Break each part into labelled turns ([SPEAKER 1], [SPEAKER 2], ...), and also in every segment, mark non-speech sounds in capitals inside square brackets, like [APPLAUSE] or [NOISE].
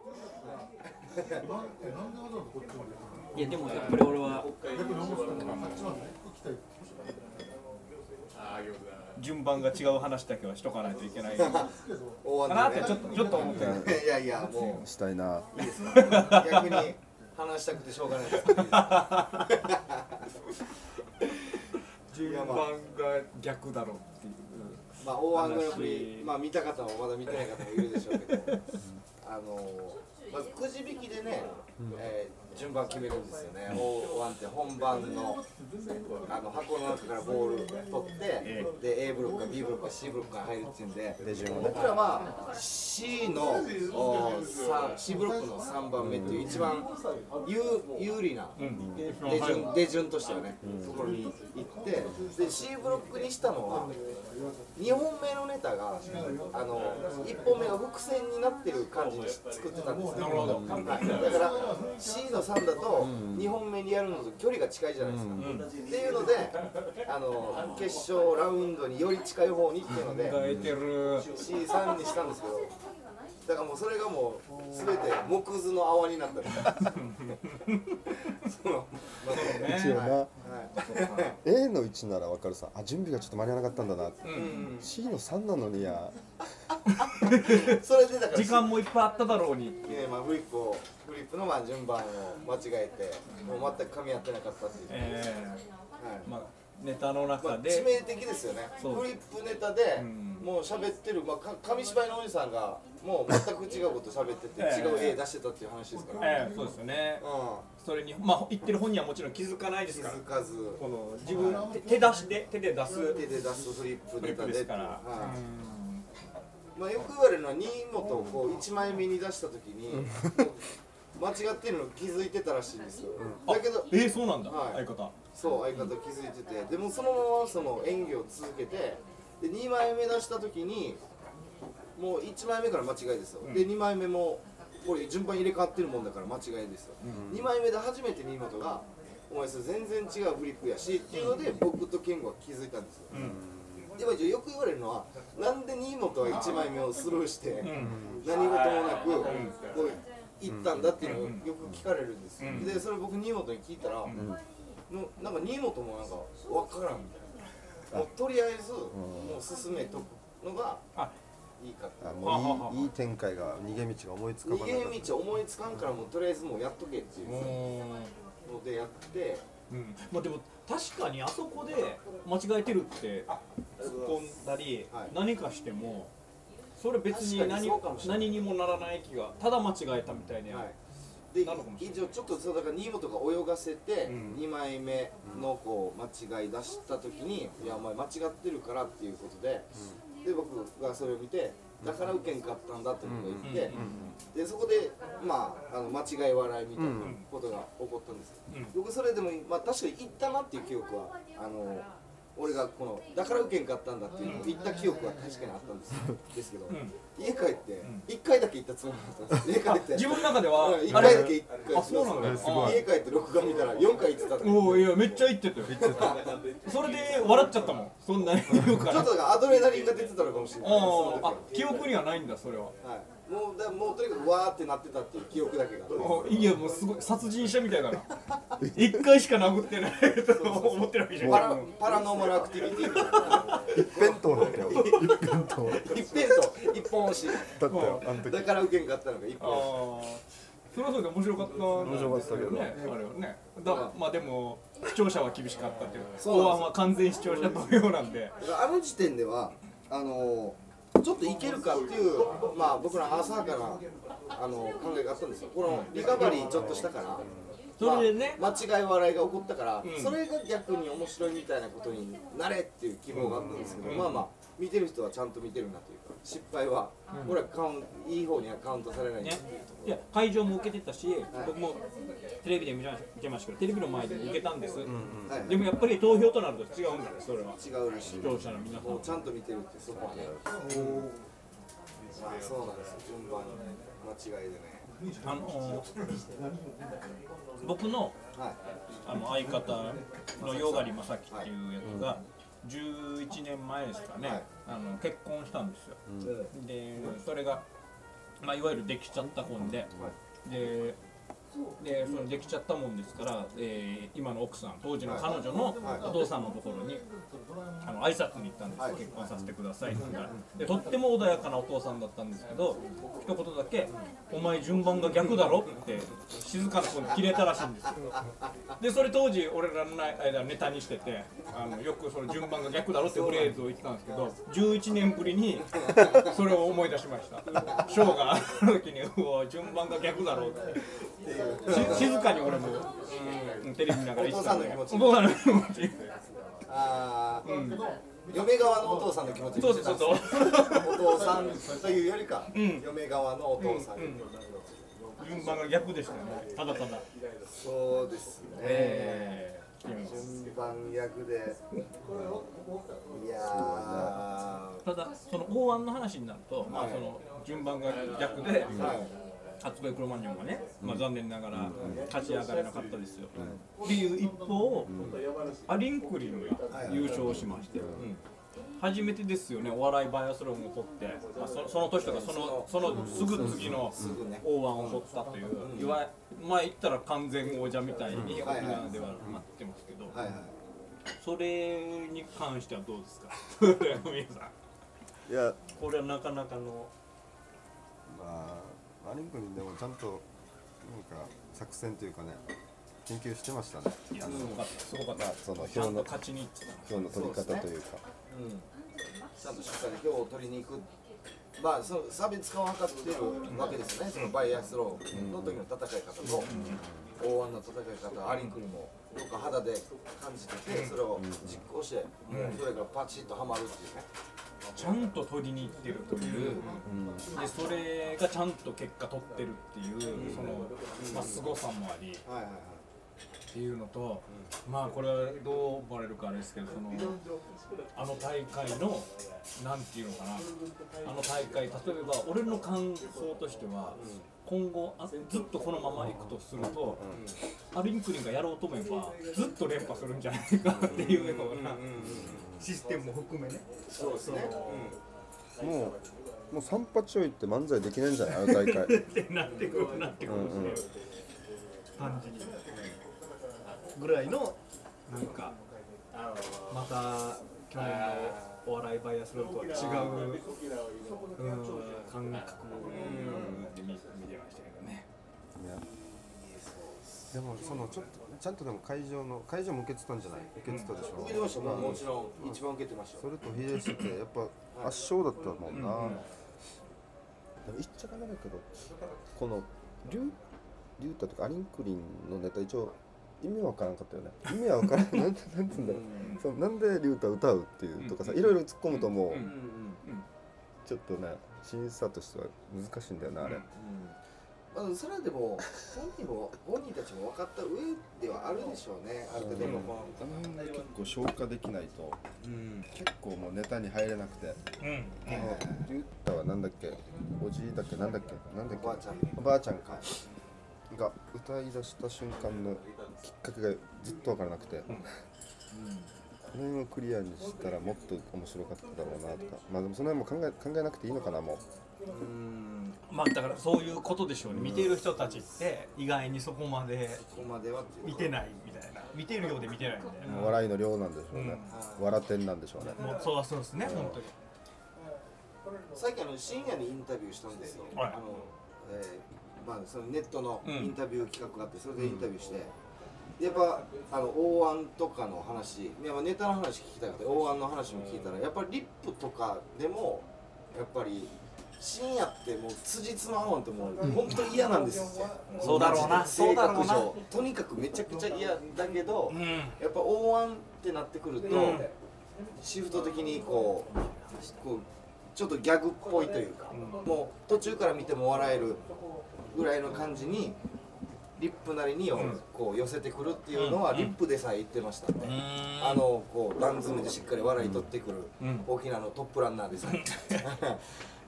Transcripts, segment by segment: [SPEAKER 1] なんえなんでわざわざこっちまで来たの
[SPEAKER 2] いやでもやっぱり俺は
[SPEAKER 1] 逆に思ってたのがあっちまで行きたいって
[SPEAKER 3] 順番が違う話だけはしとかないといけないか
[SPEAKER 1] けど
[SPEAKER 4] 大当
[SPEAKER 3] なったて
[SPEAKER 4] り [LAUGHS]
[SPEAKER 3] ちょっとちょっと思ってる
[SPEAKER 4] ね。いやいや、も
[SPEAKER 5] したいな
[SPEAKER 4] う、いいですか。逆に話したくてしょうがないですけど。いいですか
[SPEAKER 3] 順番が逆だろうっていう
[SPEAKER 4] まあ、大アングラフリー、まあ、見た方もまだ見てない方もいるでしょうけど。あのー、まずくじ引きでね、えー順番決めるんですよね。大ワンって本番の。あの箱の中からボール取って、で A ブロックか B ブロックか C ブロックから入るっていうんで、
[SPEAKER 5] 手順をね
[SPEAKER 4] 僕らは C のおさ C ブロックの3番目っていう一番有有利な出順出順としてはね、ところに行ってで C ブロックにしたのは2本目のネタがあの1本目が伏線になってる感じに作ってたんですよ、はいだから C の3だと2本目にやるのと距離が近いじゃないですか、っていうのであの決勝ラウンドにより近い方にっていうので。
[SPEAKER 3] 抱えてる
[SPEAKER 4] C3 にしたんですけどだからもうそれがもう全て木図の泡になったりそのまあね
[SPEAKER 5] 一応な
[SPEAKER 4] はい
[SPEAKER 5] A の1ならわかるさあ準備がちょっと間に合わなかったんだなって、C の3なのにや
[SPEAKER 4] それでだから
[SPEAKER 3] 時間もいっぱいあっただろうに
[SPEAKER 4] ねまあ、フリップをフリップのまあ順番を間違えてもう全く噛み合ってなかったっていう、
[SPEAKER 3] え
[SPEAKER 4] はい
[SPEAKER 3] ーまあネタの
[SPEAKER 4] ま
[SPEAKER 3] 中
[SPEAKER 4] あ、致
[SPEAKER 3] で
[SPEAKER 4] 命的ですよねフ
[SPEAKER 3] そう
[SPEAKER 4] リップネタで
[SPEAKER 3] うん
[SPEAKER 4] もう喋ってる、まあ、か紙芝居のおじさんがもう全く違うこと喋ってて
[SPEAKER 3] ええ
[SPEAKER 4] 違う絵出してたっていう話ですから、
[SPEAKER 3] ええそうですよね
[SPEAKER 4] う
[SPEAKER 3] それにまあ言ってる本人はもちろん気づかないで
[SPEAKER 4] ん、気
[SPEAKER 3] すから
[SPEAKER 4] づかず
[SPEAKER 3] この自分手手出しで手で出す
[SPEAKER 4] 手で出すフリップ
[SPEAKER 3] フ
[SPEAKER 4] ネ
[SPEAKER 3] リッ
[SPEAKER 4] タ
[SPEAKER 3] プ
[SPEAKER 4] で
[SPEAKER 3] ですから
[SPEAKER 4] はい
[SPEAKER 3] うん
[SPEAKER 4] まあ、よく言われるのは新本をこう1枚目に出した時に [LAUGHS] 間違ってるの気づいてたらしいんですよ、だけど
[SPEAKER 3] えー、そうなんだ、
[SPEAKER 4] はい
[SPEAKER 3] 相方
[SPEAKER 4] そう相方気づいててでもそのままその演技を続けてで2枚目出した時にもう1枚目から間違いですよ、で2枚目もこれ順番入れ替わってるもんだから間違いですよ、2枚目で初めて新本が「お前それ全然違うフリップやし」っていうので僕と健吾は気づいたんですよ、でもよく言われるのはなんで新本は1枚目をスルーして、何事もなく、こう行ったんだっていうのをよく聞かれるんですよ、
[SPEAKER 3] うん
[SPEAKER 4] でそれ僕新本に聞いたら、のなんか新本もなんか分からんみたいなもうとりあえずもう進めとくのが
[SPEAKER 3] あ
[SPEAKER 4] いいかって
[SPEAKER 5] あもういいいい展開が逃げ道が思いつか
[SPEAKER 4] 逃
[SPEAKER 5] ばなかった
[SPEAKER 4] げ道思いつかんからもうとりあえずもうやっとけっていうのでやって
[SPEAKER 3] うんまあ、でも確かにあそこで間違えてるって突っ込んだり
[SPEAKER 4] はい
[SPEAKER 3] 何かしてもそれ別に
[SPEAKER 4] 確かに
[SPEAKER 3] 何
[SPEAKER 4] そうかもしれない
[SPEAKER 3] 何にもならない気がただ間違えたみたいな、
[SPEAKER 4] はい、で
[SPEAKER 3] なのかもしれ
[SPEAKER 4] 一応ちょっとそうだから新本が泳がせて2枚目のこう間違い出した時に「いやお前間違ってるから」っていうことで、で僕がそれを見て「だから受けんかったんだ」と僕が言って、でそこでまああの間違い笑いみたいなことが起こったんですよ、僕それでも、まあ、確かに言ったなっていう記憶はあの俺がこのだから受けんかったんだっていうのを言った記憶は確かにあったんですよですけど、家帰って1回だけ行ったつもりだった
[SPEAKER 3] [LAUGHS]
[SPEAKER 4] んです家帰って
[SPEAKER 3] 自分の中では
[SPEAKER 4] うん一
[SPEAKER 3] あ
[SPEAKER 4] 回だけ
[SPEAKER 3] れ
[SPEAKER 4] 一回
[SPEAKER 3] あそうなんだ
[SPEAKER 4] そう
[SPEAKER 3] すごい
[SPEAKER 4] 家帰って録画見たら4回行ってたってち
[SPEAKER 3] おおいやめっちゃ言って
[SPEAKER 4] [LAUGHS]
[SPEAKER 3] たよそれで笑っちゃったもんそんなに言うか
[SPEAKER 4] ょ
[SPEAKER 3] ら
[SPEAKER 4] っとだからアドレナリンが出てたのかもしれない
[SPEAKER 3] あああ
[SPEAKER 4] その時
[SPEAKER 3] 記憶にはないんだそれは
[SPEAKER 4] ははいもうだもうとにかくわーってなってたっていう記憶だけが
[SPEAKER 3] あいやもうすごい殺人者みたいだな一回しか殴ってないと思ってるわけじゃん
[SPEAKER 4] パラパラノーマルアクティビティみたいな
[SPEAKER 5] 一辺倒だったよ一辺倒
[SPEAKER 4] 一辺と一本押し
[SPEAKER 5] だっ
[SPEAKER 4] [LAUGHS]
[SPEAKER 5] たよあの時
[SPEAKER 4] だから受けんかったのが一
[SPEAKER 3] あ
[SPEAKER 4] 本押し
[SPEAKER 3] あそれはそれで面白かった面
[SPEAKER 5] 白かったけど
[SPEAKER 3] ねあれはねだからまあでも視聴者は厳しかったっていう
[SPEAKER 4] そう
[SPEAKER 3] 後
[SPEAKER 4] なんですよ
[SPEAKER 3] 半は完全視聴者同様なんで
[SPEAKER 4] だからあの時点ではあのーちょっといけるかっていう、まあ、僕ら浅はかな、あのー考えがあったんですよ、このリカバリーちょっとしたから、
[SPEAKER 3] それでね
[SPEAKER 4] まあ間違い笑いが起こったから、
[SPEAKER 3] うん
[SPEAKER 4] それが逆に面白いみたいなことになれっていう希望があったんですけど、まあまあ、見てる人はちゃんと見てるなというか、失敗は、これはカウンいい方にはカウントされないってい
[SPEAKER 3] ね
[SPEAKER 4] うとこ
[SPEAKER 3] いや会場も受けてたし僕もテレビで見ま見てましたけどテレビの前でも受けたんです
[SPEAKER 4] ろ、はい、
[SPEAKER 3] でもやっぱり投票となると違うんだねそれは
[SPEAKER 4] 違うらしい
[SPEAKER 3] 視。聴者の皆さん
[SPEAKER 4] もうちゃんと見てるってそこはね、まあ、そうなんですよ、順番に間違いでね。
[SPEAKER 3] あの僕の
[SPEAKER 4] はい
[SPEAKER 3] あの相方のヨガリマサキっていうやつが11年前ですかね、
[SPEAKER 4] はい
[SPEAKER 3] あの結婚したんですよ、でそれがまあ、いわゆるできちゃった本で、ででそのできちゃったもんですから、えー今の奥さん当時の彼女のお父さんのところにあの挨拶に行ったんです、
[SPEAKER 4] はい
[SPEAKER 3] 結婚させてくださいって言ったらでとっても穏やかなお父さんだったんですけど一言だけ「お前順番が逆だろ」って静かな子に切れたらしいんですよでそれ当時俺らの間ネタにしててあのよくその順番が逆だろってフレーズを言ってたんですけど11年ぶりにそれを思い出しましたショーがある時に「うわ順番が逆だろ」ってし静かに俺もうんテレビ見ながら言ってたんだけど
[SPEAKER 4] お
[SPEAKER 3] お
[SPEAKER 4] 父
[SPEAKER 3] 父
[SPEAKER 4] さ
[SPEAKER 3] さ
[SPEAKER 4] ん
[SPEAKER 3] ん
[SPEAKER 4] の
[SPEAKER 3] の気持ち
[SPEAKER 4] ああ、嫁側のお父さんの気持ちに
[SPEAKER 3] そう
[SPEAKER 4] して
[SPEAKER 3] そう
[SPEAKER 4] た
[SPEAKER 3] そ
[SPEAKER 4] ん
[SPEAKER 3] う
[SPEAKER 4] ですねお父さんというよりか、
[SPEAKER 3] ん
[SPEAKER 4] 嫁側のお父さん、
[SPEAKER 3] うん順番が逆でしたよねただただ
[SPEAKER 4] そうですね、
[SPEAKER 3] ええ
[SPEAKER 4] 順番役でいや
[SPEAKER 3] ただその大案の話になると、まあ、その順番が逆で、
[SPEAKER 4] ーはい
[SPEAKER 3] 初恋クロマニョンがね、まあ、残念ながら立ち上がれなかったですよ。っていう一方、アリンクリルが優勝しまして、うん初めてですよね、お笑いバイアスロンを取って、まあ、そその年とかその、そのすぐ次の
[SPEAKER 4] ぐね
[SPEAKER 3] 大腕を取ったという、いわゆまあ言ったら完全王者みたいに沖
[SPEAKER 4] はいはい
[SPEAKER 3] 縄ではなってますけど、
[SPEAKER 4] はいはい
[SPEAKER 3] それに関してはどうですか、皆さん。
[SPEAKER 5] いや
[SPEAKER 3] これはなかなかの、
[SPEAKER 5] まあマリン君にでもちゃんとなんか作戦というかね研究してましたね
[SPEAKER 3] いや、すごかった、すごかっ
[SPEAKER 5] まあ
[SPEAKER 3] た。
[SPEAKER 5] その
[SPEAKER 3] ちゃ
[SPEAKER 5] 票
[SPEAKER 3] んと
[SPEAKER 5] の
[SPEAKER 3] 勝ちにいってたな。
[SPEAKER 5] 票の取り方というか
[SPEAKER 4] うんちゃんとしっかり票を取りに行くまあその差別化を図っているわけですよね、そのバイアスローの時の戦い方と、大腕の戦い方アリンクにもどっか肌で感じててそれを実行して、それがパチッとはまるっていうね、
[SPEAKER 3] ちゃんと取りに行ってるという、でそれがちゃんと結果取ってるっていう、その、まあ、凄さもありっ
[SPEAKER 4] はいはいはい
[SPEAKER 3] ていうのと、まあこれはどう思われるかあれですけどそのあの大会のなんていうのかなあの大会例えば俺の感想としては、今後あずっとこのままいくとすると、アリンクリンがやろうと思えばずっと連覇するんじゃないかっていうようなシステムも含めね。
[SPEAKER 4] そうですね、
[SPEAKER 5] もうもう三八を言って漫才できないんじゃないあの大会
[SPEAKER 3] なってくるなってくるしね、感じにぐらいのなんかまた去年のお笑いバイアスロンとは違ううん感覚で見見てましたけどね
[SPEAKER 5] いやでもそのちょっとちゃんとでも会場の会場も受けてたんじゃない受けてたでしょ
[SPEAKER 4] 受けてましたもんもちろん一番受けてましたよ
[SPEAKER 5] それと比例しててやっぱ圧勝だったもんな、でも言っちゃダメだけどこのリュリュウタとかアリンクリンのネタ一応意味わからんかったよね意味はわからん [LAUGHS] なんてなんて言うんだろうそうなんでリュウタ歌うっていうとかさいろいろ突っ込むと
[SPEAKER 4] う
[SPEAKER 5] も
[SPEAKER 4] ん
[SPEAKER 5] う
[SPEAKER 4] うん
[SPEAKER 5] ちょっとね審査としては難しいんだよなあれ、
[SPEAKER 4] うんまあ、それはでも本人も本人たちも分かった上ではあるでしょうねある程度のこ
[SPEAKER 5] あの辺が結構消化できないと
[SPEAKER 4] う、うん、
[SPEAKER 5] 結構もうネタに入れなくて
[SPEAKER 3] うん
[SPEAKER 5] リュウタはなんだっけおじいだっけなんだっけなんだっ
[SPEAKER 4] お
[SPEAKER 5] け
[SPEAKER 4] ばあちゃん
[SPEAKER 5] おばあちゃんかが歌い出した瞬間のきっかけがずっと分からなくて、この辺をクリアにしたらもっと面白かっただろうなとかまあでもその辺も考え考えなくていいのかなも
[SPEAKER 4] うん
[SPEAKER 3] まあだからそういうことでしょうね見ている人たちって意外にそこまで
[SPEAKER 4] ここまではっていう
[SPEAKER 3] 見てないみたいな見てるようで見てないみた
[SPEAKER 5] う、
[SPEAKER 3] いな
[SPEAKER 5] 笑いの量なんでしょうね、
[SPEAKER 4] うん
[SPEAKER 5] 笑ってんなんでしょうね、
[SPEAKER 3] もうそうそうですね本当に
[SPEAKER 4] 最近あの深夜にインタビューしたんですよ、
[SPEAKER 3] はい
[SPEAKER 4] あのえーまあ、そのネットのインタビュー企画があってそれでインタビューして、やっぱあの大安とかの話いやまあネタの話聞きたくて大安の話も聞いたらやっぱりリップとかでもやっぱり深夜ってもう辻褄合わんってもう本当に嫌なんですって、
[SPEAKER 3] そうだろうな
[SPEAKER 4] 性格
[SPEAKER 3] そうだ
[SPEAKER 4] 上
[SPEAKER 3] ろ
[SPEAKER 4] とにかくめちゃくちゃ嫌だけど、
[SPEAKER 3] うん
[SPEAKER 4] やっぱ大腕ってなってくると、
[SPEAKER 3] うん
[SPEAKER 4] シフト的にこうこうちょっとギャグっぽいというか、もう途中から見ても笑えるぐらいの感じにリップなりにをこう寄せてくるっていうのは
[SPEAKER 3] うん
[SPEAKER 4] リップでさえ言ってましたね、
[SPEAKER 3] ん
[SPEAKER 4] あのこう段詰めでしっかり笑い取ってくる、
[SPEAKER 3] うん
[SPEAKER 4] 沖縄のトップランナーでさ
[SPEAKER 3] [LAUGHS]
[SPEAKER 4] え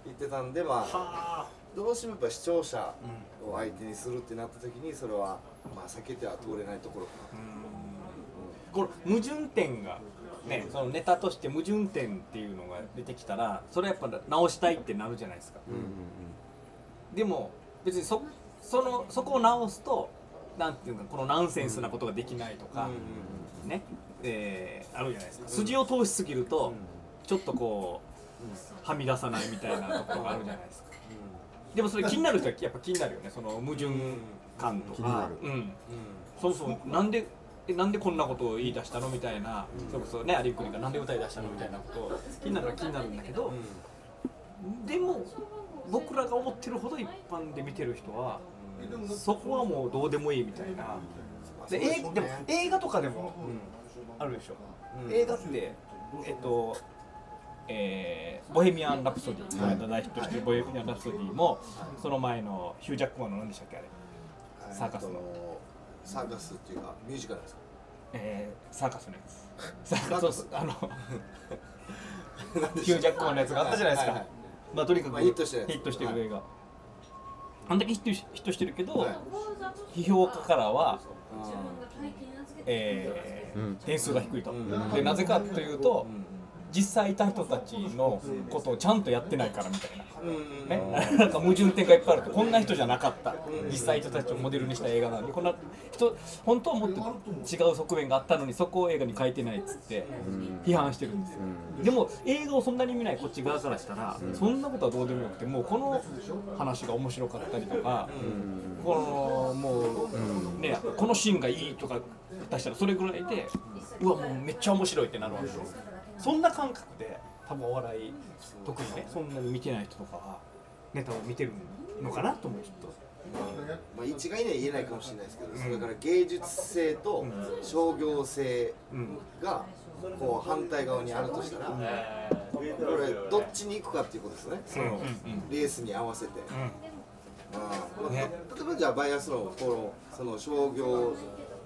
[SPEAKER 4] 言ってたんでまあ
[SPEAKER 3] あ
[SPEAKER 4] どうしてもやっぱ視聴者を相手にするってなった時にそれはまあ避けては通れないところかなと。
[SPEAKER 3] この矛盾点がねそのネタとして矛盾点っていうのが出てきたらそれやっぱ直したいってなるじゃないですか、
[SPEAKER 5] うんうん
[SPEAKER 3] でも別にそそのそこを直すとなんていうのこのナンセンスなことができないとか、ね、えーあるじゃないですか筋を通しすぎると、ちょっとこうはみ出さないみたいなところがあるじゃないですかでもそれ気になる人はやっぱ気になるよねその矛盾感と
[SPEAKER 5] 気に
[SPEAKER 3] か、
[SPEAKER 5] なる
[SPEAKER 3] うん、そうそうなんでえなんでこんなことを言い出したのみたいな、それこそねアリクリがなんで歌い出したのみたいなことを気になるのは気になるんだけど、でも僕らが思ってるほど一般で見てる人はそこはもうどうでもいいみたいなでえでも映画とかでもあるでしょ、映画ってえっとえーボヘミアン・ラプソディ」この間大ヒットしてる「ボヘミアン・ラプソディ」もその前のヒュー・ジャックマンの何でしたっけあれ、サーカスの
[SPEAKER 4] サーカスっていうかミュージカルですか
[SPEAKER 3] [LAUGHS] えーサーカスのや
[SPEAKER 4] [LAUGHS]
[SPEAKER 3] つサーカス
[SPEAKER 4] サーカス
[SPEAKER 3] あの
[SPEAKER 4] [LAUGHS]
[SPEAKER 3] ヒュー・ジャックマンのやつがあったじゃないですか、
[SPEAKER 4] はいはい
[SPEAKER 3] まあとにかく
[SPEAKER 4] まあヒットしたやつ
[SPEAKER 3] ヒットしてる映画、あんだけヒットしヒットしてるけど、
[SPEAKER 4] はい
[SPEAKER 3] 批評家からは、え
[SPEAKER 2] え
[SPEAKER 3] ー
[SPEAKER 5] うん
[SPEAKER 3] 点数が低いと、
[SPEAKER 4] うん
[SPEAKER 3] でなぜかというと、
[SPEAKER 4] うん
[SPEAKER 3] 実際いた人たちのことをちゃんとやってないからみたいな。
[SPEAKER 4] うん
[SPEAKER 3] ね、なんか矛盾点がいっぱいあるとこんな人じゃなかった実際人たちをモデルにした映画なのにこんな人本当はもっと違う側面があったのにそこを映画に変えてないっつって批判してるんですよでも映画をそんなに見ないこっち側からしたらそんなことはどうでもよくてもうこの話が面白かったりとかこのもうねこのシーンがいいとか出したらそれぐらいでうわもうめっちゃ面白いってなるわけですよそんな感覚で多分お笑い特にねそんなに見てない人とかはネタを見てるのかなと思うちょっ
[SPEAKER 4] まあ、一概には言えないかもしれないですけど、それから芸術性と商業性がこう反対側にあるとしたら、これどっちに行くかっていうことですね、そのレースに合わせて。うんまあ
[SPEAKER 3] ね
[SPEAKER 4] 例えばじゃあバイアスのこのその商業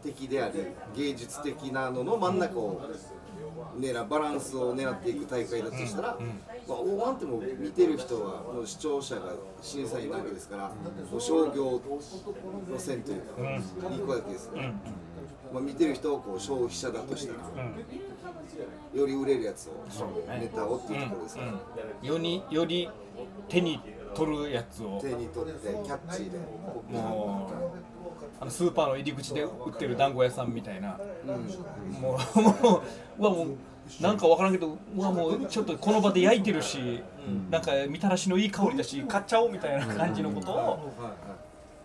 [SPEAKER 4] 的であり芸術的なのの真ん中を狙うバランスを狙っていく大会だとしたら、まあ、O1 ってもう見てる人はもう視聴者が審査員なわけですから、もう商業路線というか、に行くわけですよ、まあ、見てる人をこう消費者だとしたら、より売れるやつを、ネタをっていうところですから、
[SPEAKER 3] とよりより手に取るやつを
[SPEAKER 4] 手に取ってキャッチーで、
[SPEAKER 3] もうあのスーパーの入り口で売ってる団子屋さんみたいな、もうもううわもうなんかわからんけどうわもうちょっとこの場で焼いてるし、なんかみたらしのいい香りだし買っちゃおうみたいな感じのことを
[SPEAKER 4] はいは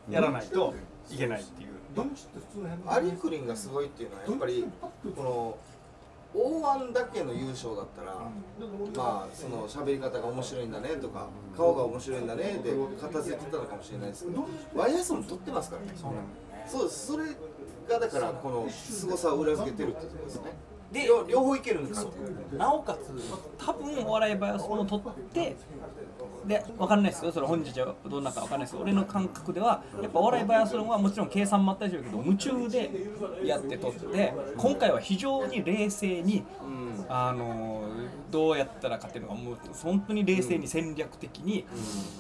[SPEAKER 4] い
[SPEAKER 3] やらないといけないっていう。
[SPEAKER 1] 電池って普通の辺
[SPEAKER 4] アリクリンがすごいっていうのはやっぱりこの大腕だけの優勝だったら、まあその喋り方が面白いんだねとか顔が面白いんだねで片付いてたのかもしれないですけどワイヤーソン取ってますからねそうですそれがだからこの凄さを裏付けてるってことですねで両両方いけるんですよ
[SPEAKER 3] なおかつ多分お笑いバイアスも取ってで分かんないですよそれ本日はどんなか分かんないですけど俺の感覚ではやっぱお笑いバイアス論はもちろん計算もあったりするけど夢中でやって取って今回は非常に冷静に、あのどうやったら勝てるのかもう本当に冷静に戦略的に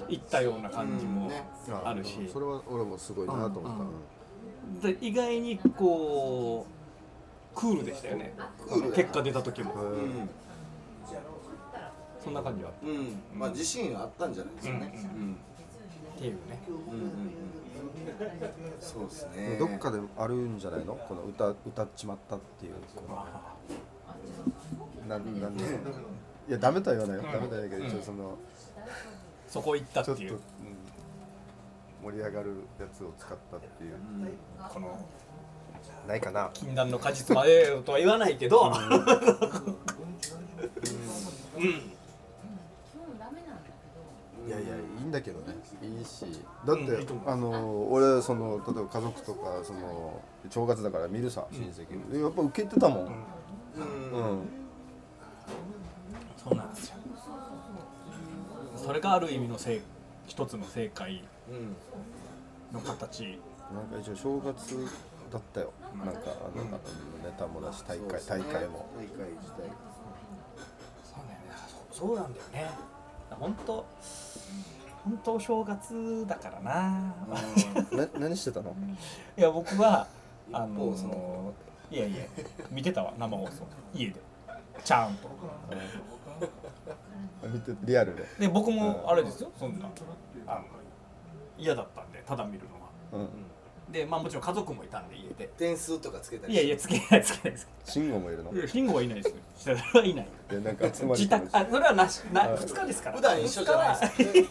[SPEAKER 3] いったような感じ
[SPEAKER 4] うん
[SPEAKER 3] も
[SPEAKER 4] ね
[SPEAKER 3] あるし。
[SPEAKER 5] それは俺もすごいなと思った、
[SPEAKER 3] で意外にこうクールでしたよね結果出た時も
[SPEAKER 4] うん、
[SPEAKER 3] そんな感じは
[SPEAKER 4] うん、まあ自信あったんじゃないですかね
[SPEAKER 3] っていうね
[SPEAKER 4] うんうんうんそうです
[SPEAKER 5] う
[SPEAKER 4] ね
[SPEAKER 5] んどっかであるんじゃないのこの歌歌っちまったっていうこのなんなんでいやダメとは言わないよ、ダメとは言わないけど、一応その
[SPEAKER 3] そこ行ったっ
[SPEAKER 5] ち
[SPEAKER 3] て
[SPEAKER 5] ょっと、
[SPEAKER 3] いう
[SPEAKER 5] うん、盛り上がるやつを使ったっていう、
[SPEAKER 3] この
[SPEAKER 5] ないかな
[SPEAKER 3] 禁断の果実までとは言わないけど
[SPEAKER 5] いやいやいいんだけどねいいしだって、
[SPEAKER 3] うんいいと思う
[SPEAKER 5] あの俺その例えば家族とかその正月だから見るさ親戚、でやっぱ受けてたもん
[SPEAKER 4] うん
[SPEAKER 5] うん、
[SPEAKER 3] そうなんですよそれがある意味の正一つの正解
[SPEAKER 4] うん
[SPEAKER 3] の形
[SPEAKER 5] なんか一応正月だったよなんかあの中のネタもだし大会
[SPEAKER 4] 大
[SPEAKER 5] 大会も
[SPEAKER 4] 会自体
[SPEAKER 3] そうだよねそそうなんだよね本当本当お正月だからな
[SPEAKER 5] な何してたの
[SPEAKER 3] いや僕はあ
[SPEAKER 4] 一方そ
[SPEAKER 3] のいやいや見てたわ生放送家でちゃんと
[SPEAKER 5] 見てリアルで
[SPEAKER 3] で僕もあれですよそんなあの嫌だったんでただ見るのは
[SPEAKER 5] うん
[SPEAKER 3] でまあもちろん家族もいたんで家で
[SPEAKER 4] 点数とかつけたり
[SPEAKER 3] いやいやつけないつけないです
[SPEAKER 5] 慎吾もいるの
[SPEAKER 3] いや慎吾はいないですよ設楽はいない
[SPEAKER 5] でなんか集まり
[SPEAKER 3] [LAUGHS] 自
[SPEAKER 5] 来て
[SPEAKER 3] 宅
[SPEAKER 5] るし
[SPEAKER 3] あそれはなしな2日ですから
[SPEAKER 4] 普段一緒じゃないです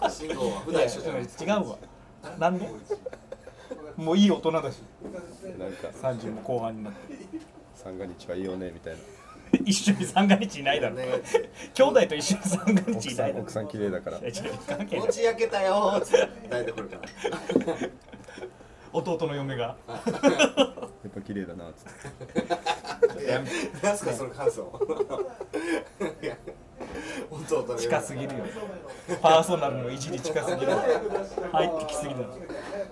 [SPEAKER 4] か信号は普段一緒じゃないです
[SPEAKER 3] 違うわなんで [LAUGHS] もういい大人だし
[SPEAKER 5] なんか
[SPEAKER 3] 30も後半になって
[SPEAKER 5] 三が日はいいよねみたいな
[SPEAKER 3] 一緒に三が日いないだろ
[SPEAKER 4] ね
[SPEAKER 3] 兄弟と一緒に三が
[SPEAKER 5] 奥
[SPEAKER 3] 日い
[SPEAKER 5] さ
[SPEAKER 3] ない
[SPEAKER 5] ん
[SPEAKER 3] だろ
[SPEAKER 5] 奥さん綺麗だから
[SPEAKER 3] いや違う関係ない
[SPEAKER 4] 持ち焼けたよーって [LAUGHS] 大体これから
[SPEAKER 3] 弟の嫁が
[SPEAKER 5] やっぱ綺麗だなっつって
[SPEAKER 4] 何すかその感想いや弟の
[SPEAKER 3] 近すぎるよパーソナルのいじり近すぎる入ってきすぎる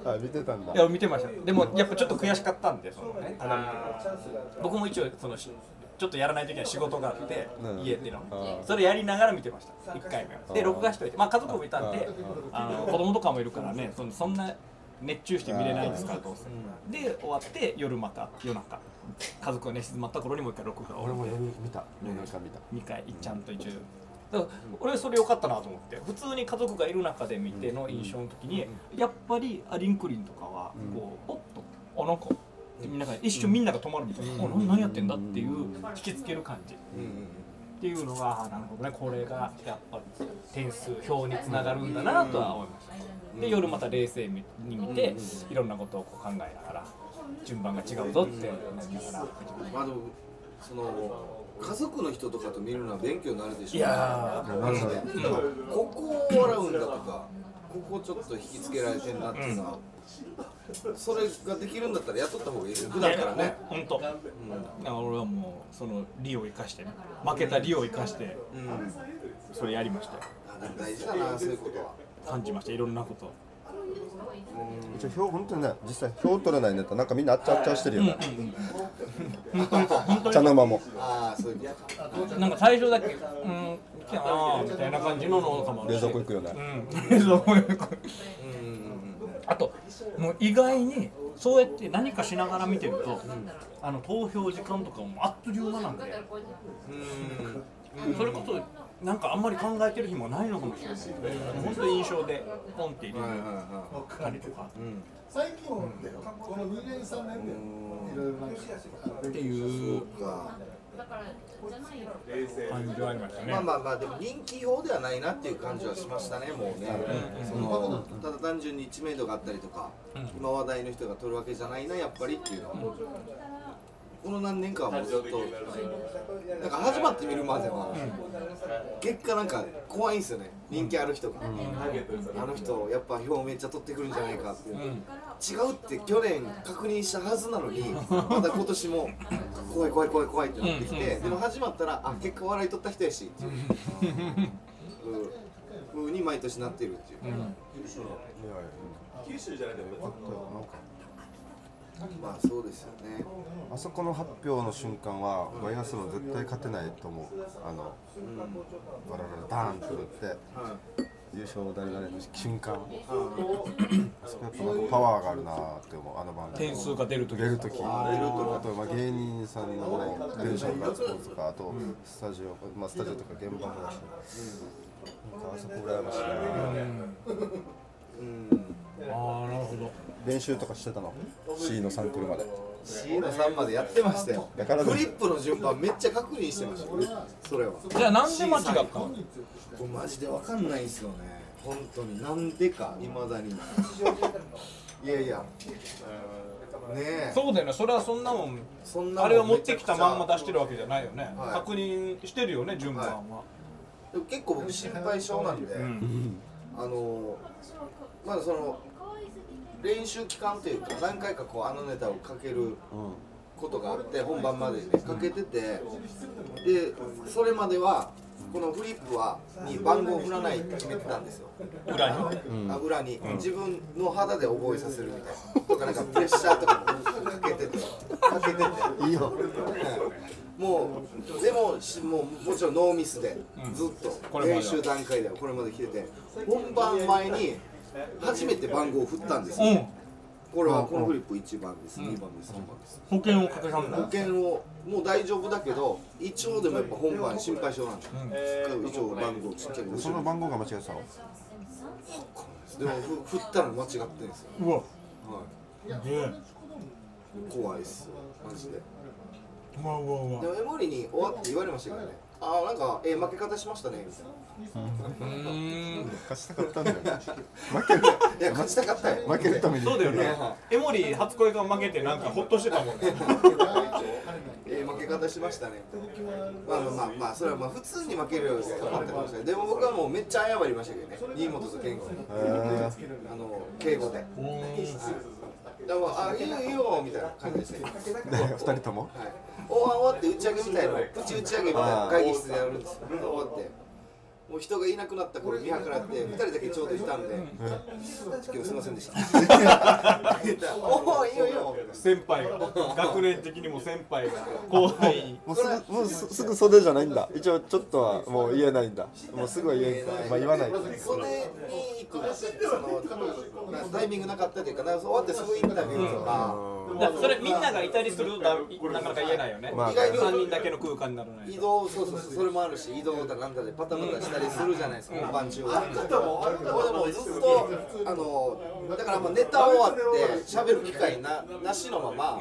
[SPEAKER 5] あ見てたんだ
[SPEAKER 3] いや見てましたでもやっぱちょっと悔しかったんでそのねただ見てた僕も一応そのしちょっとやらないときは仕事があって
[SPEAKER 5] うん
[SPEAKER 3] 家っていうのは
[SPEAKER 5] あ
[SPEAKER 3] それやりながら見てました1回目はで
[SPEAKER 5] あー
[SPEAKER 3] 録画しといてまあ家族もいたんであの子供とかもいるからねそのそんな熱中して見れないですからどうせで終わって夜また夜中家族が寝静まった頃にもう一回録画を
[SPEAKER 5] 俺も夜見た夜中見た
[SPEAKER 3] 2回いっちゃんと一応だから俺それ良かったなと思って普通に家族がいる中で見ての印象の時にやっぱりアリンクリンとかは
[SPEAKER 5] うん
[SPEAKER 3] こうおっとあなんかみんなが一瞬みんなが止まるみたいな、おな何やってんだっていう引きつける感じっ
[SPEAKER 4] うんうん
[SPEAKER 3] ていうのがあなるほどねこれがやっぱ点数表につながるんだなとは思いました、で夜また冷静に見ていろんなことをこう考えながら順番が違うぞって思いながら
[SPEAKER 4] まあでもその家族の人とかと見るのは勉強になるでしょうね
[SPEAKER 3] いや
[SPEAKER 5] ーなるほど
[SPEAKER 4] だからここを笑うんだとかここちょっと引きつけられてんなっていうのは、それができるんだったらやっとった方がいい普段からね、
[SPEAKER 3] 本当。だから俺はもうその利を生かしてね負けた利を生かして
[SPEAKER 4] うんうん、
[SPEAKER 3] それやりましたよ
[SPEAKER 4] あでも大事だなそういうこと [LAUGHS] は
[SPEAKER 3] 感じましたいろんなこと
[SPEAKER 5] 一応票本当にね実際票取れないネタなんかみんなあっちゃあっちゃしてるよね
[SPEAKER 3] 本当にそう本
[SPEAKER 5] 茶
[SPEAKER 3] 当
[SPEAKER 5] の間も
[SPEAKER 4] ああそういうことか
[SPEAKER 3] になんか最初だけうん来たなみたいな感じののかもある
[SPEAKER 5] 冷
[SPEAKER 3] し
[SPEAKER 5] 蔵庫行くよね
[SPEAKER 3] うんそういうこと
[SPEAKER 4] うんうんうん
[SPEAKER 3] あともう意外にそうやって何かしながら見てると、あの投票時間とかもあっという間なんで、
[SPEAKER 4] うん
[SPEAKER 3] それこそなんかあんまり考えてる日もないのかもしれない、本当に印象でポンって入れ
[SPEAKER 4] はいはい
[SPEAKER 3] る
[SPEAKER 4] は
[SPEAKER 3] たりとか
[SPEAKER 4] いうん
[SPEAKER 1] 最近はねこの2年3年でいろいろなんか
[SPEAKER 3] っていう
[SPEAKER 4] そうか
[SPEAKER 3] 感じはありましたね
[SPEAKER 4] まあまあまあでも人気表ではないなっていう感じはしましたねもうね、そのただ単純に知名度があったりとか、今話題の人が取るわけじゃないなやっぱりっていうのはもう、この何年かはもうずっとなんか始まってみるまでは、結果なんか怖いんですよね人気ある人が、あの人やっぱ票めっちゃ取ってくるんじゃないかっていう、違うって去年確認したはずなのにまた今年も怖い怖い怖い怖いってなってきて、でも始まったらあ結果笑い取った人やしっていう。ふうに毎年なってるっていう、
[SPEAKER 2] 九州じゃなくてもよかった
[SPEAKER 4] まあそうですよね
[SPEAKER 5] あそこの発表の瞬間はバイアスロン絶対勝てないと思うあのバラバラダーンってなって
[SPEAKER 4] は
[SPEAKER 5] 優勝誰々の瞬間あそこやっぱなんかパワーがあるなーって思うあの番組
[SPEAKER 3] 点数が出るとき
[SPEAKER 5] 出るとき
[SPEAKER 4] あー出る時
[SPEAKER 5] あとまあ芸人さんのこのテンションがつくとかあとスタジオまあスタジオとか現場もだしなんかあそこ羨ましいなー
[SPEAKER 4] い、うん、
[SPEAKER 3] ああなるほど
[SPEAKER 5] 練習とかしてたの C の3来るまで
[SPEAKER 4] C の3までやってましたよ
[SPEAKER 5] だから
[SPEAKER 4] フリップの順番めっちゃ確認してましたよそれは
[SPEAKER 3] じゃあなんで間違ったの
[SPEAKER 4] これマジでわかんないんすよね本当になんでかいまだにいやいやねえ
[SPEAKER 3] そうだよねそれはそんなもん
[SPEAKER 4] そん
[SPEAKER 3] あれは持ってきたまんま
[SPEAKER 4] だ
[SPEAKER 3] 出してるわけじゃないよね、
[SPEAKER 4] はい
[SPEAKER 3] 確認してるよね順番は、
[SPEAKER 4] 結構僕心配性なんで、
[SPEAKER 3] うん
[SPEAKER 4] あのまだその練習期間というか何回かこうあのネタをかけることがあって本番までにねかけててでそれまではこのフリップはに番号振らないって決めてたんですよ
[SPEAKER 3] 裏に
[SPEAKER 4] あ裏に自分の肌で覚えさせるみたいなとかなんかプレッシャーとかかけててかけてていいよもうでもしもうもちろんノーミスでずっ
[SPEAKER 3] ことれまでは
[SPEAKER 4] 練習段階ではこれまで来てて本番前に初めて番号を振ったんですよ、
[SPEAKER 3] うん
[SPEAKER 4] これはこのフリップ1番です、2番です、3番です。
[SPEAKER 3] 保険をかけさんだ
[SPEAKER 4] 保険をもう大丈夫だけど、一応でもやっぱ本番心配性なんですよ。一応番号ちっちゃい
[SPEAKER 5] その番号が間違えてたの
[SPEAKER 4] でもふ振ったの間違ってんですよ、
[SPEAKER 3] うわ
[SPEAKER 4] は
[SPEAKER 3] で
[SPEAKER 4] い、怖いっすよマジで
[SPEAKER 3] うわうわう
[SPEAKER 4] でもエモリに終わって言われましたけどねああなんかえ負け方しましたねみ [LAUGHS] たいな
[SPEAKER 3] ーん
[SPEAKER 5] 勝ちたかったんだよね負ける
[SPEAKER 4] いや勝ちたかったよ
[SPEAKER 5] 負けるために
[SPEAKER 3] そうだよ
[SPEAKER 4] い
[SPEAKER 3] ね
[SPEAKER 4] や
[SPEAKER 3] エモリー初恋が負けてなんかホッとしてたもんね
[SPEAKER 4] [LAUGHS] え負け方しましたねみたいなまあまあまあ、まあ、それはまあ普通に負けるよりかかってましたけどでも僕はもうめっちゃ謝りましたけどね新本と健吾に
[SPEAKER 5] へー
[SPEAKER 4] あの敬語で、はい、だからあいいよいいよみたいな感じでしたけど
[SPEAKER 5] ね二人とも
[SPEAKER 4] はい、終わ終わって打ち上げみたいな、プチ打ち上げみたいな会議室でやるんですよ、終わって、もう人がいなくなった頃見計らって、2人だけちょうどいたんで、今日すみませんでした、おお、いいよいいよ、
[SPEAKER 3] 先輩が学年的にも先輩が後輩に
[SPEAKER 5] もうすぐもうすすぐ袖じゃないんだ一応ちょっとはもう言えないんだもうすぐは言えないまあ言わない
[SPEAKER 4] それに行くらしいそのタイミングなかったというか、なんか終わってすぐインタビューとか、
[SPEAKER 3] だからそれみんながいたりするとだなかなか言えないよね、
[SPEAKER 5] まあ
[SPEAKER 4] 意外に
[SPEAKER 3] 3人だけの空間にならない
[SPEAKER 4] 移
[SPEAKER 3] と
[SPEAKER 4] 動、そうそうそう、それもあるし、移動だなんだでパタパタしたりするじゃないですか、本番中は。
[SPEAKER 2] もある
[SPEAKER 4] でもずっとあのだからまあネタ終わって喋る機会ななしのまま、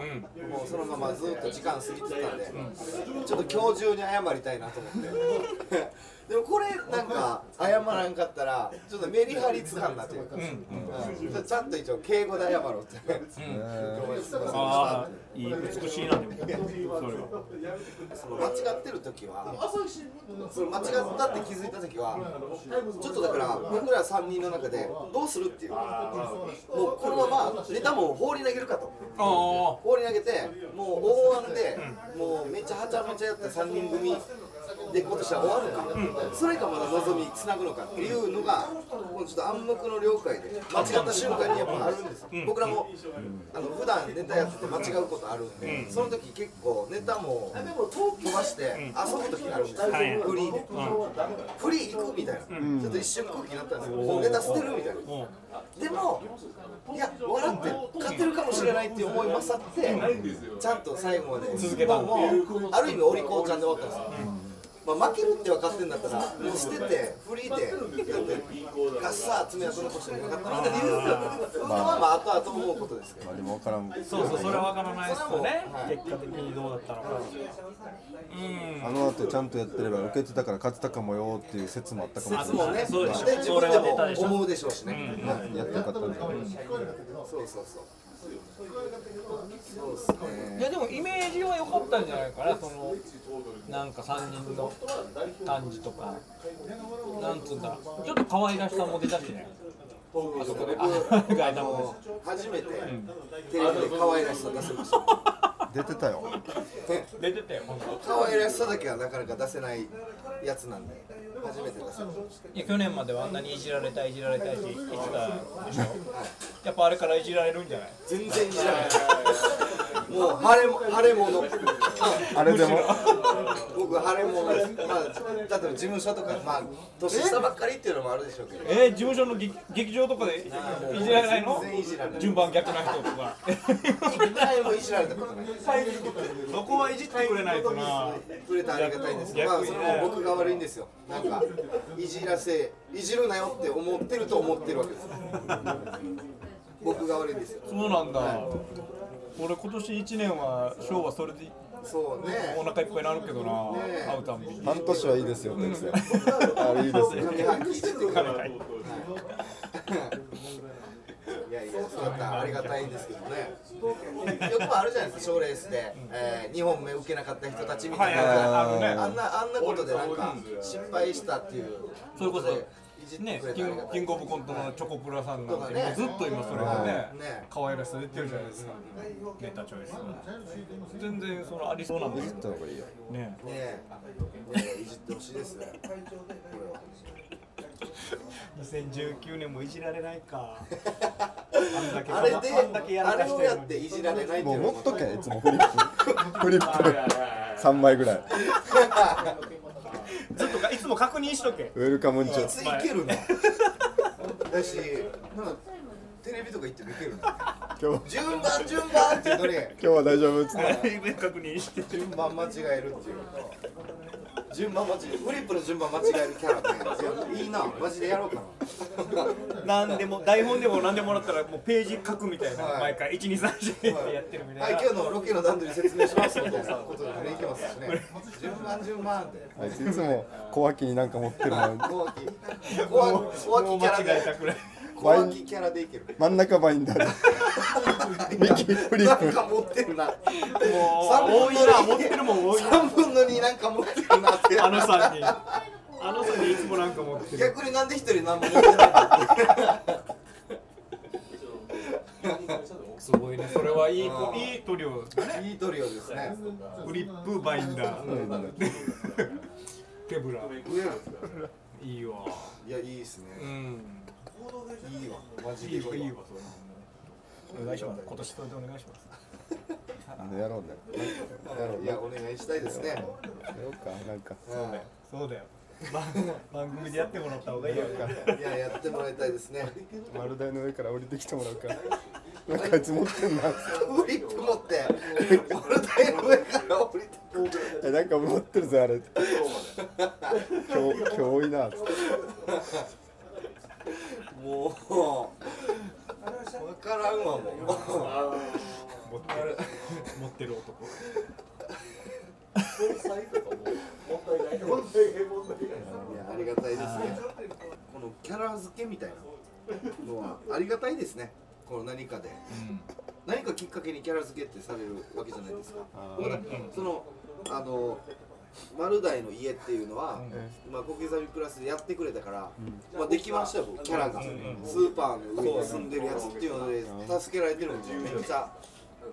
[SPEAKER 4] もうそのままずっと時間過ぎてたんで、ちょっと今日中に謝りたいなと思って [LAUGHS] でもこれなんか謝らんかったらちょっとメリハリつかんなというか、うんちゃんと一応敬語で謝ろうって、 [LAUGHS]
[SPEAKER 3] ああいい美しいなでもそれは
[SPEAKER 4] その間違ってる時はその間違ったって気づいた時はちょっとだから僕ら3人の中でどうするっていうもうこのままネタも放り投げるかと。
[SPEAKER 3] あ
[SPEAKER 4] 放り投げてもう大腕で、もうめちゃはちゃめちゃやって3人組で今年は終わるか、それかまだ望みつなぐのかっていうのがもうちょっと暗黙の了解で間違った瞬間にやっぱあるんですよ、僕らも、あの普段ネタやってて間違うことあるんで、その時結構ネタも飛ばして遊ぶ時があるんですよ、
[SPEAKER 3] はい
[SPEAKER 4] フリーで、フリー行くみたいな、ちょっと一瞬空気になったんですよ、もうネタ捨てるみたいな。
[SPEAKER 3] あ
[SPEAKER 4] でも、いや、笑って勝てるかもしれないっていう思い勝って、ちゃんと最後まで
[SPEAKER 3] 続けた
[SPEAKER 4] もうある意味、お利口ちゃんで終わったんですよ。まあ、負けるって分かってんだったら、もう捨てて、フリーで、やって、ガッサー爪痕残してもよかったなっていうの [LAUGHS] は、まあ、後々思うことですけど。
[SPEAKER 5] まあでも分からん
[SPEAKER 3] そうそうそれは分からないですよね
[SPEAKER 4] はい
[SPEAKER 3] 結果的にどうだったのかうん
[SPEAKER 5] あの後ちゃんとやってれば受けてたから勝てたかもよっていう説もあったかもし
[SPEAKER 4] 説
[SPEAKER 5] れな
[SPEAKER 4] も
[SPEAKER 5] い
[SPEAKER 4] ね、
[SPEAKER 3] そうでしょ
[SPEAKER 4] で自分でも思うでしょうしね。はい
[SPEAKER 5] やってよかったんだよね
[SPEAKER 4] そうそうそう。そうっすね。
[SPEAKER 3] いやでもイメージは良かったんじゃないかなそのなんか3人の感じとかなんつうんだろうちょっと可愛らしさも出たしね
[SPEAKER 4] そうそう僕
[SPEAKER 3] あ
[SPEAKER 4] あの初めてテレビで可愛らしさ出せました
[SPEAKER 5] 出てたよ
[SPEAKER 3] 出てたよほんと
[SPEAKER 4] 可愛らしさだけはなかなか出せないやつなんで初めて出せました
[SPEAKER 3] いや去年まではあんなにいじられたいいじられたいって言ってたでしょやっぱあれからいじられるんじゃない
[SPEAKER 4] 全然いじらないもう腫れも腫れ物
[SPEAKER 5] あれでも
[SPEAKER 4] 僕腫れ物ですまあ例えば事務所とかまあ年下ばっかりっていうのもあるでしょうけど
[SPEAKER 3] えー、事務所の劇劇場とかでいじられないの
[SPEAKER 4] 全然いじられない
[SPEAKER 3] 順番逆な人とか
[SPEAKER 4] 一回もいじられたことない
[SPEAKER 3] そこはいじってくれないとな
[SPEAKER 4] くれてありがたいんですけどまあそれも僕が悪いんですよなんかいじらせいじるなよって思ってると思ってるわけです僕が悪いんですよ
[SPEAKER 3] そうなんだ、俺今年1年はショーはそれで
[SPEAKER 4] そうね
[SPEAKER 3] お腹いっぱいになるけどな、
[SPEAKER 4] ねえ
[SPEAKER 3] 会うたんびに
[SPEAKER 5] 半年はいいですよって言ってたよあれいいですよ
[SPEAKER 4] 上半期してく
[SPEAKER 3] 金かい
[SPEAKER 4] いやいや、そうだったらありがたいんですけどね。よくもあるじゃないですか、賞レースで、えー、2本目受けなかった人たちみたいな、
[SPEAKER 3] はいはいはいあるね
[SPEAKER 4] あんなあんなことでなんか失敗したっていう、
[SPEAKER 3] それこ
[SPEAKER 4] でいじ
[SPEAKER 3] そ
[SPEAKER 4] って
[SPEAKER 3] ね
[SPEAKER 4] くれ
[SPEAKER 3] キ
[SPEAKER 4] てあり
[SPEAKER 3] ン
[SPEAKER 4] がた
[SPEAKER 3] キ
[SPEAKER 4] い
[SPEAKER 3] ングオブコントのチョコプラさんなん
[SPEAKER 4] と
[SPEAKER 3] て、
[SPEAKER 4] かね
[SPEAKER 3] ずっと今それがね
[SPEAKER 4] うんね
[SPEAKER 3] 可愛らしさ出てるじゃないですか、ネタチョイス全然そのありそうなんで
[SPEAKER 5] いじ
[SPEAKER 3] す
[SPEAKER 5] った方がいいよ
[SPEAKER 3] ね
[SPEAKER 4] ねえ、ねえいじってほしいですね。これは
[SPEAKER 3] 2019年もいじられないか
[SPEAKER 4] あ
[SPEAKER 3] あ
[SPEAKER 4] れ
[SPEAKER 3] んだけんだけ
[SPEAKER 4] で、あ
[SPEAKER 3] らか
[SPEAKER 4] れ
[SPEAKER 3] し
[SPEAKER 4] を
[SPEAKER 3] てる
[SPEAKER 4] や
[SPEAKER 3] のに
[SPEAKER 4] っていじられないって
[SPEAKER 5] も
[SPEAKER 4] いううの
[SPEAKER 5] 持っとけいつもフリップフリップ3枚ぐらい
[SPEAKER 3] ずっとかいつも確認しと [LAUGHS] け
[SPEAKER 5] ウェルカムンチ
[SPEAKER 4] い
[SPEAKER 5] ョ
[SPEAKER 4] ついけるのだし、なんかテレビとか行ってもいけるの
[SPEAKER 5] 今日
[SPEAKER 4] 順番順番っていうのに
[SPEAKER 5] 今日は大丈夫っつって
[SPEAKER 3] 確認して
[SPEAKER 4] 順番間違えるっていう順番間違えフリップの順番間違えるキャラねいやいいなマジでやろうかな
[SPEAKER 3] 何でも台本でも何でもらったらもうページ書くみたいな、
[SPEAKER 4] はい
[SPEAKER 3] 毎回1234ってやってるみた
[SPEAKER 4] はい
[SPEAKER 3] いな、
[SPEAKER 4] 今日のロケの段取り説明しますみたいなことでねいけますしね順番順番って
[SPEAKER 5] あいついつも小脇になんか持ってるの
[SPEAKER 4] 小脇小脇小
[SPEAKER 3] も
[SPEAKER 4] 脇
[SPEAKER 3] う
[SPEAKER 4] キャ
[SPEAKER 3] 間
[SPEAKER 4] ラ
[SPEAKER 3] 違え
[SPEAKER 4] で
[SPEAKER 3] たくらい
[SPEAKER 4] 小脇キャラでいける
[SPEAKER 5] 真ん中バイン [LAUGHS] ダーで右フリッ
[SPEAKER 4] なん
[SPEAKER 5] プ
[SPEAKER 4] か持ってるな
[SPEAKER 3] もう
[SPEAKER 4] 三分の
[SPEAKER 3] 多いな持ってるもん多いな
[SPEAKER 4] 3分の2なんか持ってるなって
[SPEAKER 3] あの3人あの3人いつもなんか持ってる
[SPEAKER 4] 逆になんで一人何も持ってない
[SPEAKER 3] すごいねそれはいい
[SPEAKER 4] うん
[SPEAKER 3] いいトリオ
[SPEAKER 4] いいトリオですね
[SPEAKER 3] グリップバインダー手ぶらいいわ
[SPEAKER 4] いやいいです
[SPEAKER 3] う
[SPEAKER 4] ねい
[SPEAKER 3] ん
[SPEAKER 4] いわマジ
[SPEAKER 3] い
[SPEAKER 4] で
[SPEAKER 3] いわい
[SPEAKER 4] い
[SPEAKER 3] い
[SPEAKER 4] い
[SPEAKER 3] わ
[SPEAKER 4] わ
[SPEAKER 3] それお願いします今年それでお願いします
[SPEAKER 5] やろうねやろう
[SPEAKER 4] い
[SPEAKER 5] や
[SPEAKER 4] や
[SPEAKER 5] ろ
[SPEAKER 4] お願いしたいですね
[SPEAKER 5] うかなんか
[SPEAKER 4] うん
[SPEAKER 3] そうだよ [LAUGHS] 番番組でやってもらった方がいいよ
[SPEAKER 4] いや、やってもらいたいですね。
[SPEAKER 5] 丸台の上から降りてきてもらうかなんかあいつ持ってんな
[SPEAKER 4] フリップ持って、俺台の上から降りて。
[SPEAKER 5] えなんか持ってるぞあれ今日今日多いなっつって
[SPEAKER 4] もう。わからんわ、も
[SPEAKER 3] 持ってる持ってる男
[SPEAKER 4] う。いや、ありがたいですね。このキャラ付けみたいな。のは、ありがたいですね。この何かで。何かきっかけにキャラ付けってされるわけじゃないですか。だからその、あの。丸大の家っていうのは、まあ、小刻みクラスでやってくれたから、まあ、できましたよ、僕キャラが、スーパーの上に住んでるやつっていうので、助けられてるんで、めっちゃ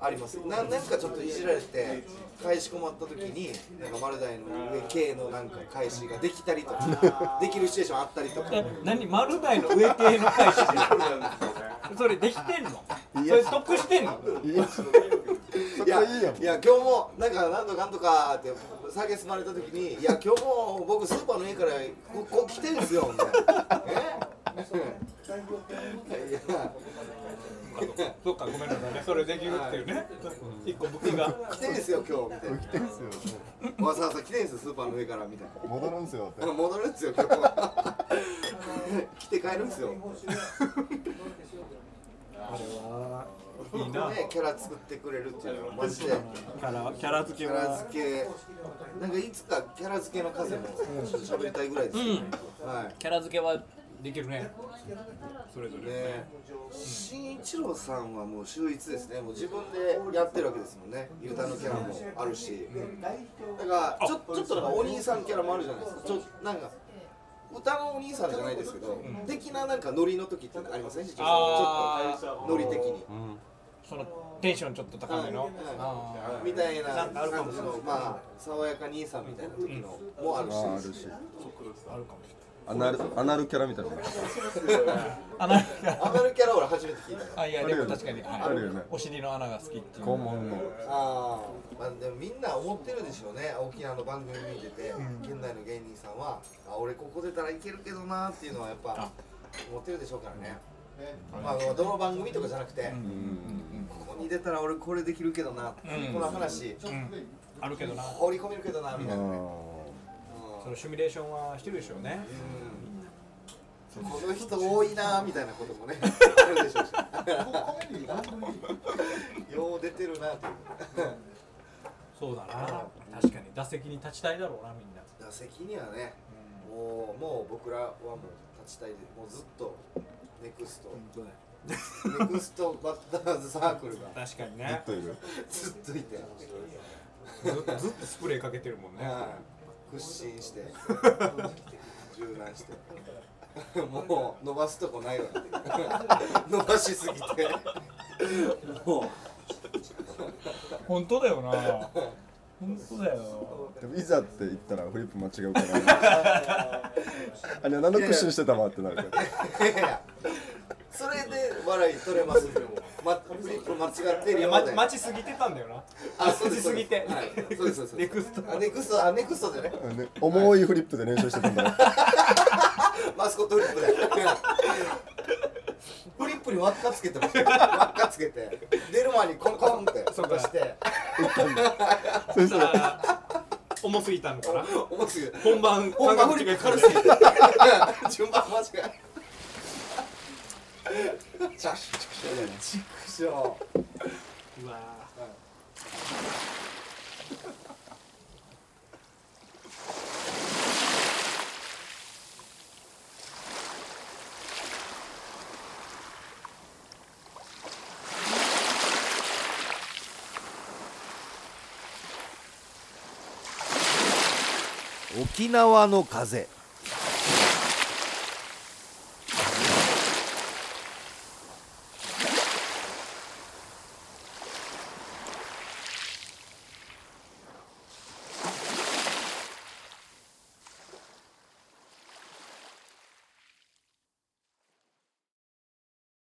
[SPEAKER 4] あります、ななんかちょっといじられて、返し困った時に、なんか丸大の上系のなんか返しができたりとか、できるシチュエーションあったりとか、
[SPEAKER 3] え何丸大の上系の返しそれできてんのそれ得してんの
[SPEAKER 5] いやそこ
[SPEAKER 4] いや
[SPEAKER 5] いいやん
[SPEAKER 4] いや今日もなんかなんとかなんとかって酒すまれた時に「いや今日も僕スーパーの家からここ来てんすよ」みたいな「えいや
[SPEAKER 3] そっかごめんなさいねそれできるっていうね一個武器が
[SPEAKER 4] 来てんすよ今日」みたい
[SPEAKER 5] 来てんすよ
[SPEAKER 4] な「わざわざ来てんすよスーパーの上から」みたい
[SPEAKER 5] 戻るんすよって
[SPEAKER 4] な「戻るんすよ今日来て帰るんすよ」
[SPEAKER 3] いいな
[SPEAKER 4] ねキャラ作ってくれるっていうのはマジで
[SPEAKER 3] キャラキャラ付
[SPEAKER 4] キ
[SPEAKER 3] け
[SPEAKER 4] ャラ
[SPEAKER 3] は
[SPEAKER 4] 付けなんかいつかキャラ付けの数もちょっと喋りたいぐらいですよね、はい
[SPEAKER 3] キャラ付けはできるねそれぞれ
[SPEAKER 4] ね、新一郎さんはもう秀逸ですね、もう自分でやってるわけですもんね、ゆうたのキャラもあるし、だからちょちょっとなんかお兄さんキャラもあるじゃないですか、ちょなんか歌のお兄さんじゃないですけど、的ななんかノリの時ってありません、ね、ちょっ
[SPEAKER 3] あー
[SPEAKER 4] とノリ的に。
[SPEAKER 3] そのテンションちょっと高めのあ
[SPEAKER 4] みたいな
[SPEAKER 3] なんかあるかも
[SPEAKER 4] 感じの、まあ、爽やか兄さんみたいな時のもあるし、
[SPEAKER 5] ああるしアナルアナルキャラみたいなの
[SPEAKER 3] ー穴
[SPEAKER 4] アナルキャラ俺初めて聞いたよ。
[SPEAKER 3] あいやでも確かに
[SPEAKER 5] あるよね
[SPEAKER 3] はいお尻の穴が好きっていう
[SPEAKER 5] 肛門の
[SPEAKER 4] あーまあでもみんな思ってるでしょうね沖縄の番組見てて、県内の芸人さんはあ俺ここ出たらいけるけどなっていうのはやっぱ思ってるでしょうからね、まあ、どの番組とかじゃなくて、ここに出たら俺これできるけどな、
[SPEAKER 3] うん
[SPEAKER 4] この話、
[SPEAKER 3] あるけどな
[SPEAKER 4] 放り込めるけどなみたいな、うん
[SPEAKER 3] そのシミュレーションはしてるでしょうね
[SPEAKER 4] この人多いなみたいなことも
[SPEAKER 3] [LAUGHS]
[SPEAKER 4] ねあるでしょうしよう出てるなという
[SPEAKER 3] そうだな確かに打席に立ちたいだろうなみんな
[SPEAKER 4] 打席にはね、もうもう僕らはもう立ちたいでもうずっとネクスト、ネクストバッターズサークルが
[SPEAKER 3] 確かにね
[SPEAKER 5] という
[SPEAKER 4] ずっといて、はい、
[SPEAKER 3] ずずっとスプレーかけてるもんね
[SPEAKER 4] 屈伸
[SPEAKER 3] [LAUGHS]
[SPEAKER 4] して柔軟して [LAUGHS] もう伸ばすとこないわ [LAUGHS] って伸ばしすぎて [LAUGHS] も
[SPEAKER 3] 本当だよな本当だよ
[SPEAKER 5] でもいざって言ったらフリップ間違うからあれは何のクッションしてたわってなるから
[SPEAKER 4] ういやいやそれで笑い取れますよ、ま、フリップ間違ってる
[SPEAKER 3] いや
[SPEAKER 4] よ
[SPEAKER 3] ま
[SPEAKER 4] みたいな
[SPEAKER 3] 待ちすぎてたんだよな
[SPEAKER 4] あ、そうです
[SPEAKER 3] すぎて
[SPEAKER 4] はい、そうですそうです。
[SPEAKER 3] [LAUGHS] ネクスト
[SPEAKER 4] あ、ネクスト、あ、ネクストじゃない。
[SPEAKER 5] あのね重いフリップで練習してたんだよ
[SPEAKER 4] マスコットフリップで。 [LAUGHS] フリップに輪っかつけてました。輪っかつけて、出る前にコンコンって、
[SPEAKER 3] そうか
[SPEAKER 4] して。
[SPEAKER 5] そしたら
[SPEAKER 3] [LAUGHS] 重すぎたのかな
[SPEAKER 4] 重すぎる
[SPEAKER 3] 本番
[SPEAKER 4] 本番
[SPEAKER 3] 感覚違い軽すぎた
[SPEAKER 4] [LAUGHS] 順番間違えチャシチクショ
[SPEAKER 3] うわ
[SPEAKER 6] 沖縄の風